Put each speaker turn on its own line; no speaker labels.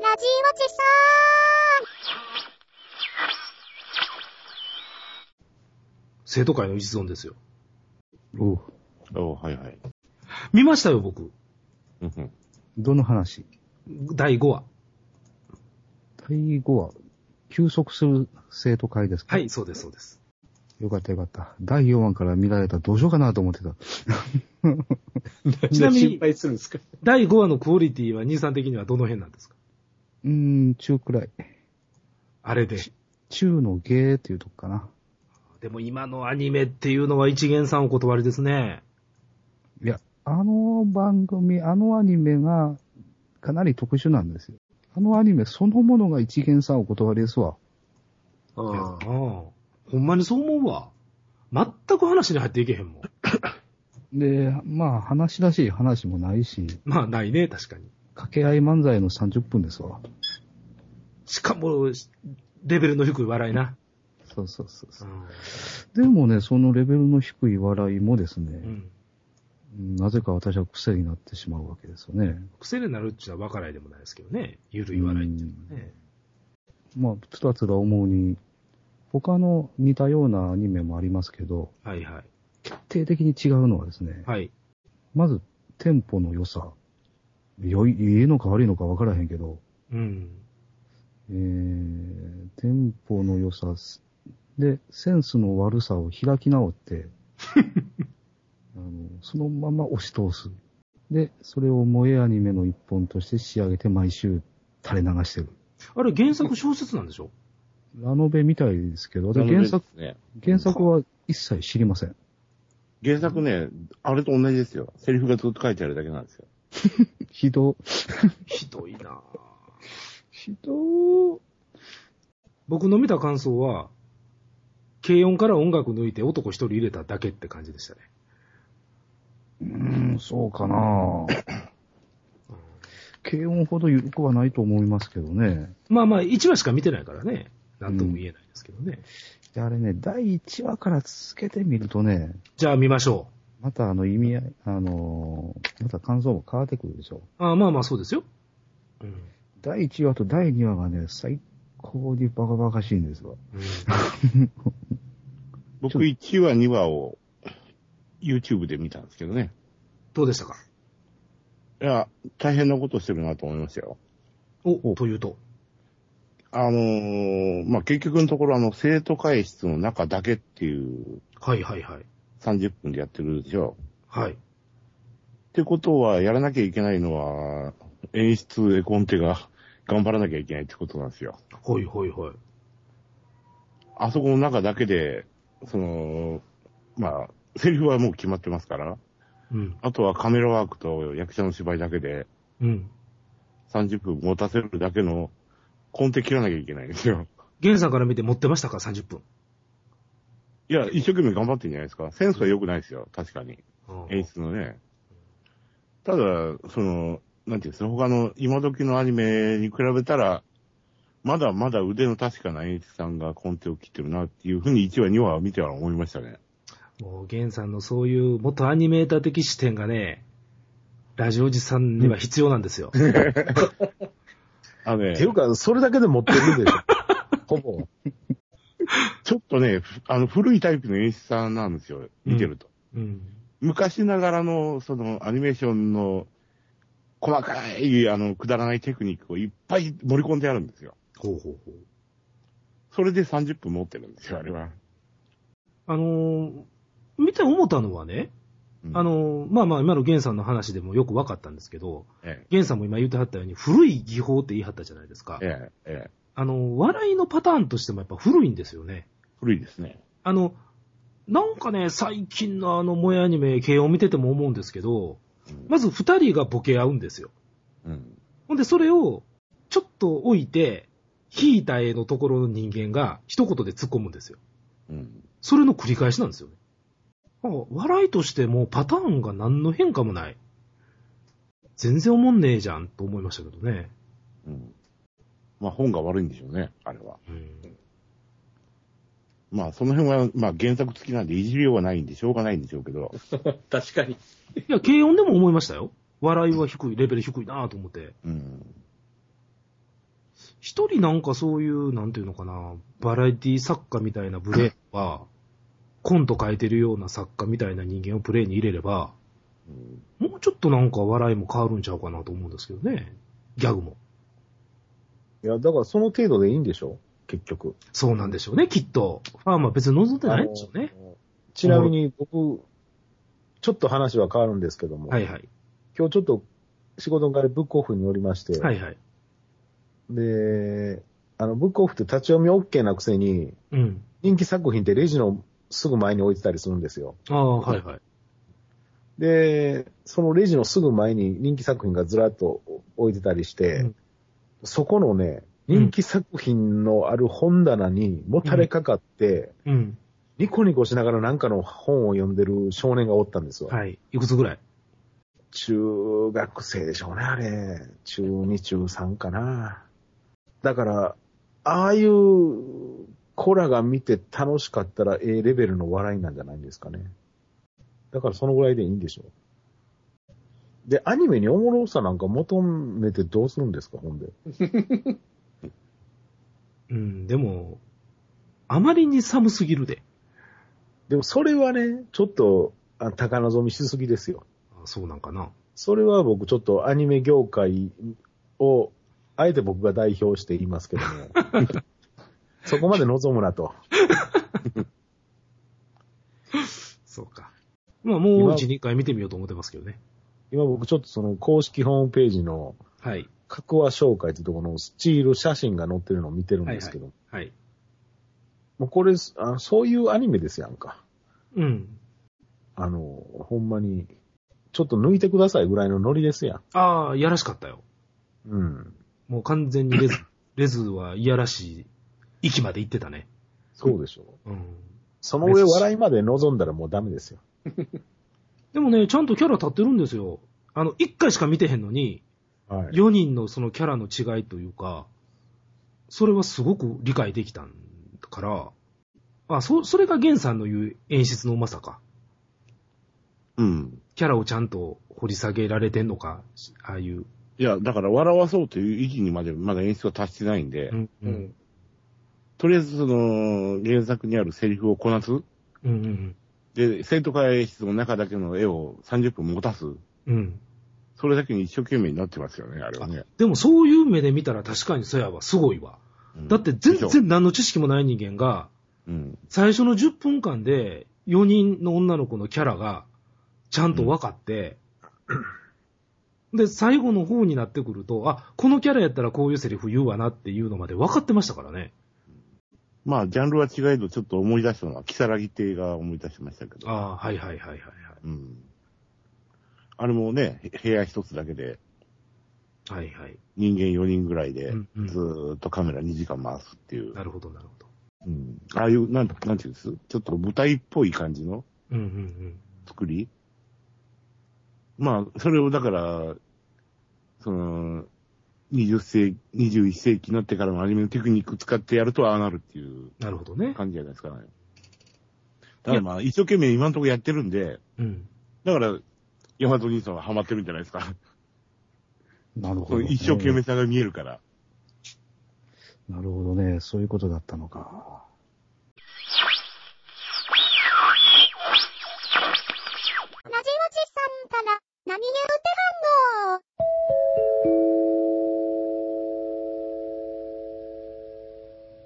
ちさ
生徒会の一存ですよ。
おう
おはいはい。
見ましたよ、僕。
うんうん
どの話
第5話。
第5話、休息する生徒会ですか
はい、。そうです、そうです。
よかったよかった。第4話から見られたらどうしようかなと思ってた。
ちなみに
心配するんですか
第5話のクオリティは兄さん的にはどの辺なんですか
うーん、中くらい。
あれで。
中の芸っていうとこかな。
でも今のアニメっていうのは一元さんお断りですね。
いや、あの番組、あのアニメがかなり特殊なんですよ。あのアニメそのものが一元さんお断りですわ。
あ
うん。ほんまにそう思うわ。全く話に入っていけへんもん。
で、まあ話らしい話もないし、
まあないね、確かに。
掛け合い漫才の30分ですわ。
しかも、レベルの低い笑いな。
そうそうそうそうう。
ん。
でもね、そのレベルの低い笑いもです
う
ね、
ん、
なぜか私は癖になってしまうわけですよね。
癖になるっちゃ分からないでもないですけどね。ゆるい笑いっていうのはね。
まあ、つらつら思うに、他の似たようなアニメもありますけど、
はいはい。
決定的に違うのはですね、
はい。
まず、テンポの良さ。良い、いいのか悪いのか分からへんけど、
うん。
えー、テンポの良さす、で、センスの悪さを開き直って、あのそのまま押し通す。で、それを萌えアニメの一本として仕上げて毎週垂れ流してる。
あれ原作小説なんでしょ
ラノベみたいですけど、私原作、
ね。
原作は一切知りません。
原作ね、あれと同じですよ。セリフがずっと書いてあるだけなんですよ。
ひど、
ひどいなぁ
ひど
僕の見た感想は、軽音から音楽抜いて男一人入れただけって感じでしたね。
うん、そうか な軽音ほど緩くはないと思いますけどね。
まあまあ、1話しか見てないからね、なんとも言えないですけどね。
で、あれね、第1話から続けてみるとね、
じゃあ見ましょ
またあの意味合い、あのーまた感想も変わってくるでしょ。
う。ああまあまあ、そうですよ。うん。
第1話と第2話がね、最高にバカバカしいんですわ。
うん
僕1話、2話を YouTube で見たんですけどね。
どうでしたか
いや、大変なことしてるなと思いましたよ。
お、というと。
あのーまあ、結局のところあの、生徒会室の中だけっていう
はいはいはい。
30分でやってるでしょ。
はい。
ってことは、やらなきゃいけないのは、演出、絵コンテが頑張らなきゃいけないってことなんですよ。
ほいほいほい。
あそこの中だけで、その、まあ、セリフはもう決まってますから、
うん。
あとはカメラワークと役者の芝居だけで、
うん。
30分持たせるだけのコンテ切らなきゃいけないんですよ。
ゲンさんから見て持ってましたか ?30 分。
いや、一生懸命頑張ってるんじゃないですか。センスは良くないですよ、確かに。
うん
演出のね。ただ、その、なんていうんですか、他の今時のアニメに比べたら、まだまだ腕の確かな演出さんがコンテを切ってるなっていうふうに1話、2話見ては思いましたね。
もう、ゲンさんのそういう元アニメーター的視点がね、ラジオジさんには必要なんですよ。
あのね
てい、うか、それだけで持って るでしょ。ほぼ。
ちょっとね、ふあの、古いタイプの演出さんなんですよ、見てると。
うん。
昔ながらの、その、アニメーションの、細かい、あの、くだらないテクニックをいっぱい盛り込んであるんですよ。
ほうほうほう。
それで30分持ってるんですよ、あれは。
あのー見て思ったのはね、
うん
あ、のーまあまあ今のゲンさんの話でもよく分かったんですけど、
え
ゲンさんも今言ってはったように古い技法って言いはったじゃないですか
え、。ええ、ええ、
あのー笑いのパターンとしてもやっぱ古いんですよね。
古いですね。
あの、なんかね、最近のあの萌えアニメ、系を見てても思うんですけど、
うん
まず二人がボケ合うんですよ。
うん。
ほんでそれを、ちょっと置いて、引いた絵のところの人間が一言で突っ込むんですよ。
うん。
それの繰り返しなんですよね。なんか笑いとしてもパターンが何の変化もない。全然おもんねえじゃんと思いましたけどね。
うん。まあ本が悪いんでしょうね、あれは。
うん。
まあその辺は、まあ原作付きなんでいじりようがないんでしょうがないんでしょうけど、
確かに。
いや、軽音でも思いましたよ。笑いは低い、レベル低いなぁと思って。
うん。
一人なんかそういう、なんていうのかな、バラエティ作家みたいなブレーンは、コント書いてるような作家みたいな人間をプレイに入れれば、もうちょっとなんか笑いも変わるんちゃうかなと思うんですけどね。ギャグも。
いや、だからその程度でいいんでしょ結局。
そうなんでしょうね、きっと。ファンは別に望んでないんでしょうね。
あの。ちなみに僕、ちょっと話は変わるんですけども、
はいはい。
今日ちょっと仕事の帰りブックオフにおりまして、
はいはい。
で、あの、ブックオフって立ち読み OK なくせに、
うん。
人気作品ってレジのすぐ前に置いてたりするんですよ。
ああ、はいはい。
で、そのレジのすぐ前に人気作品がずらっと置いてたりして、
うん
そこのね、人気作品のある本棚にもたれかかって、
うん。
ニコニコしながらなんかの本を読んでる少年がおったんですよ。
はい。いくつぐらい
中学生でしょうね、あれ。中2、中3かな。だから、ああいう子らが見て楽しかったら A レベルの笑いなんじゃないんですかね。だからそのぐらいでいいんでしょう。で、アニメにおもろさなんか求めてどうするんですか、ほんで。
うん、でも、あまりに寒すぎるで。
でもそれはね、ちょっとあ高望みしすぎですよ。
あそうなんかな。
それは僕ちょっとアニメ業界を、あえて僕が代表して言いますけども、 そこまで望むなと。
そうか。まあもう
今
1、2回見てみようと思ってますけどね。
今僕ちょっとその公式ホームページの
はい。
格話紹介ってところのスチール写真が載ってるのを見てるんですけど、
はい。
もうこれあ、そういうアニメですやんか。
うん。
あの、ほんまに、ちょっと抜いてくださいぐらいのノリですや
ああ、いやらしかったよ。
ん。うん。
もう完全にレ ズ、レズはいやらしい域まで行ってたね。
そうでしょう。
うん。
その上笑いまで望んだらもうダメですよ。
でもね、ちゃんとキャラ立ってるんですよ。あの、1回しか見てへんのに、
はい。
4人のそのキャラの違いというか、それはすごく理解できたから、あ、そ、それが源さんの言う演出のうまさか。
うん。
キャラをちゃんと掘り下げられてんのか、ああいう。
いや、だから笑わそうという意義にまでまだ演出は達してないんで、
うん、うん、
とりあえずその原作にあるセリフをこなす。
うん、うん
で、生徒会室の中だけの絵を30分持たす。
うん。
それだけに一生懸命になってますよね、あれはね。
でもそういう目で見たら確かにそやわ、すごいわ。
うん
だって全。然何の知識もない人間が、
うん。
最初の10分間で4人の女の子のキャラがちゃんと分かって、で、最後の方になってくると、あ、このキャラやったらこういうセリフ言うわなっていうのまで分かってましたからね。
まあ、ジャンルは違えど、ちょっと思い出したのは、キサラギ亭が思い出しましたけど。
ああ、はいはいはいはい、
うん。あれもね、へ部屋一つだけで、
はい。はいはい。
人間4人ぐらいで
うんうん、
ずーっとカメラ2時間回すっていう。
なるほどなるほど。
うん。ああいう、なん、なんていうんですちょっと舞台っぽい感じの
うんうんうん。
作りまあ、それをだから、その、20世紀、21世紀になってからのアニメのテクニック使ってやるとああなるっていう
なるほどね。
感じじゃないですかね。だからまあ、一生懸命今のところやってるんで、
うん。
だから、ヤマト兄さんはハマってるんじゃないですか。
なる
そ
ほど、
の 一生懸命。さが見えるから。
なるほどね。そういうことだったのか。
ラジオチさんから何言うて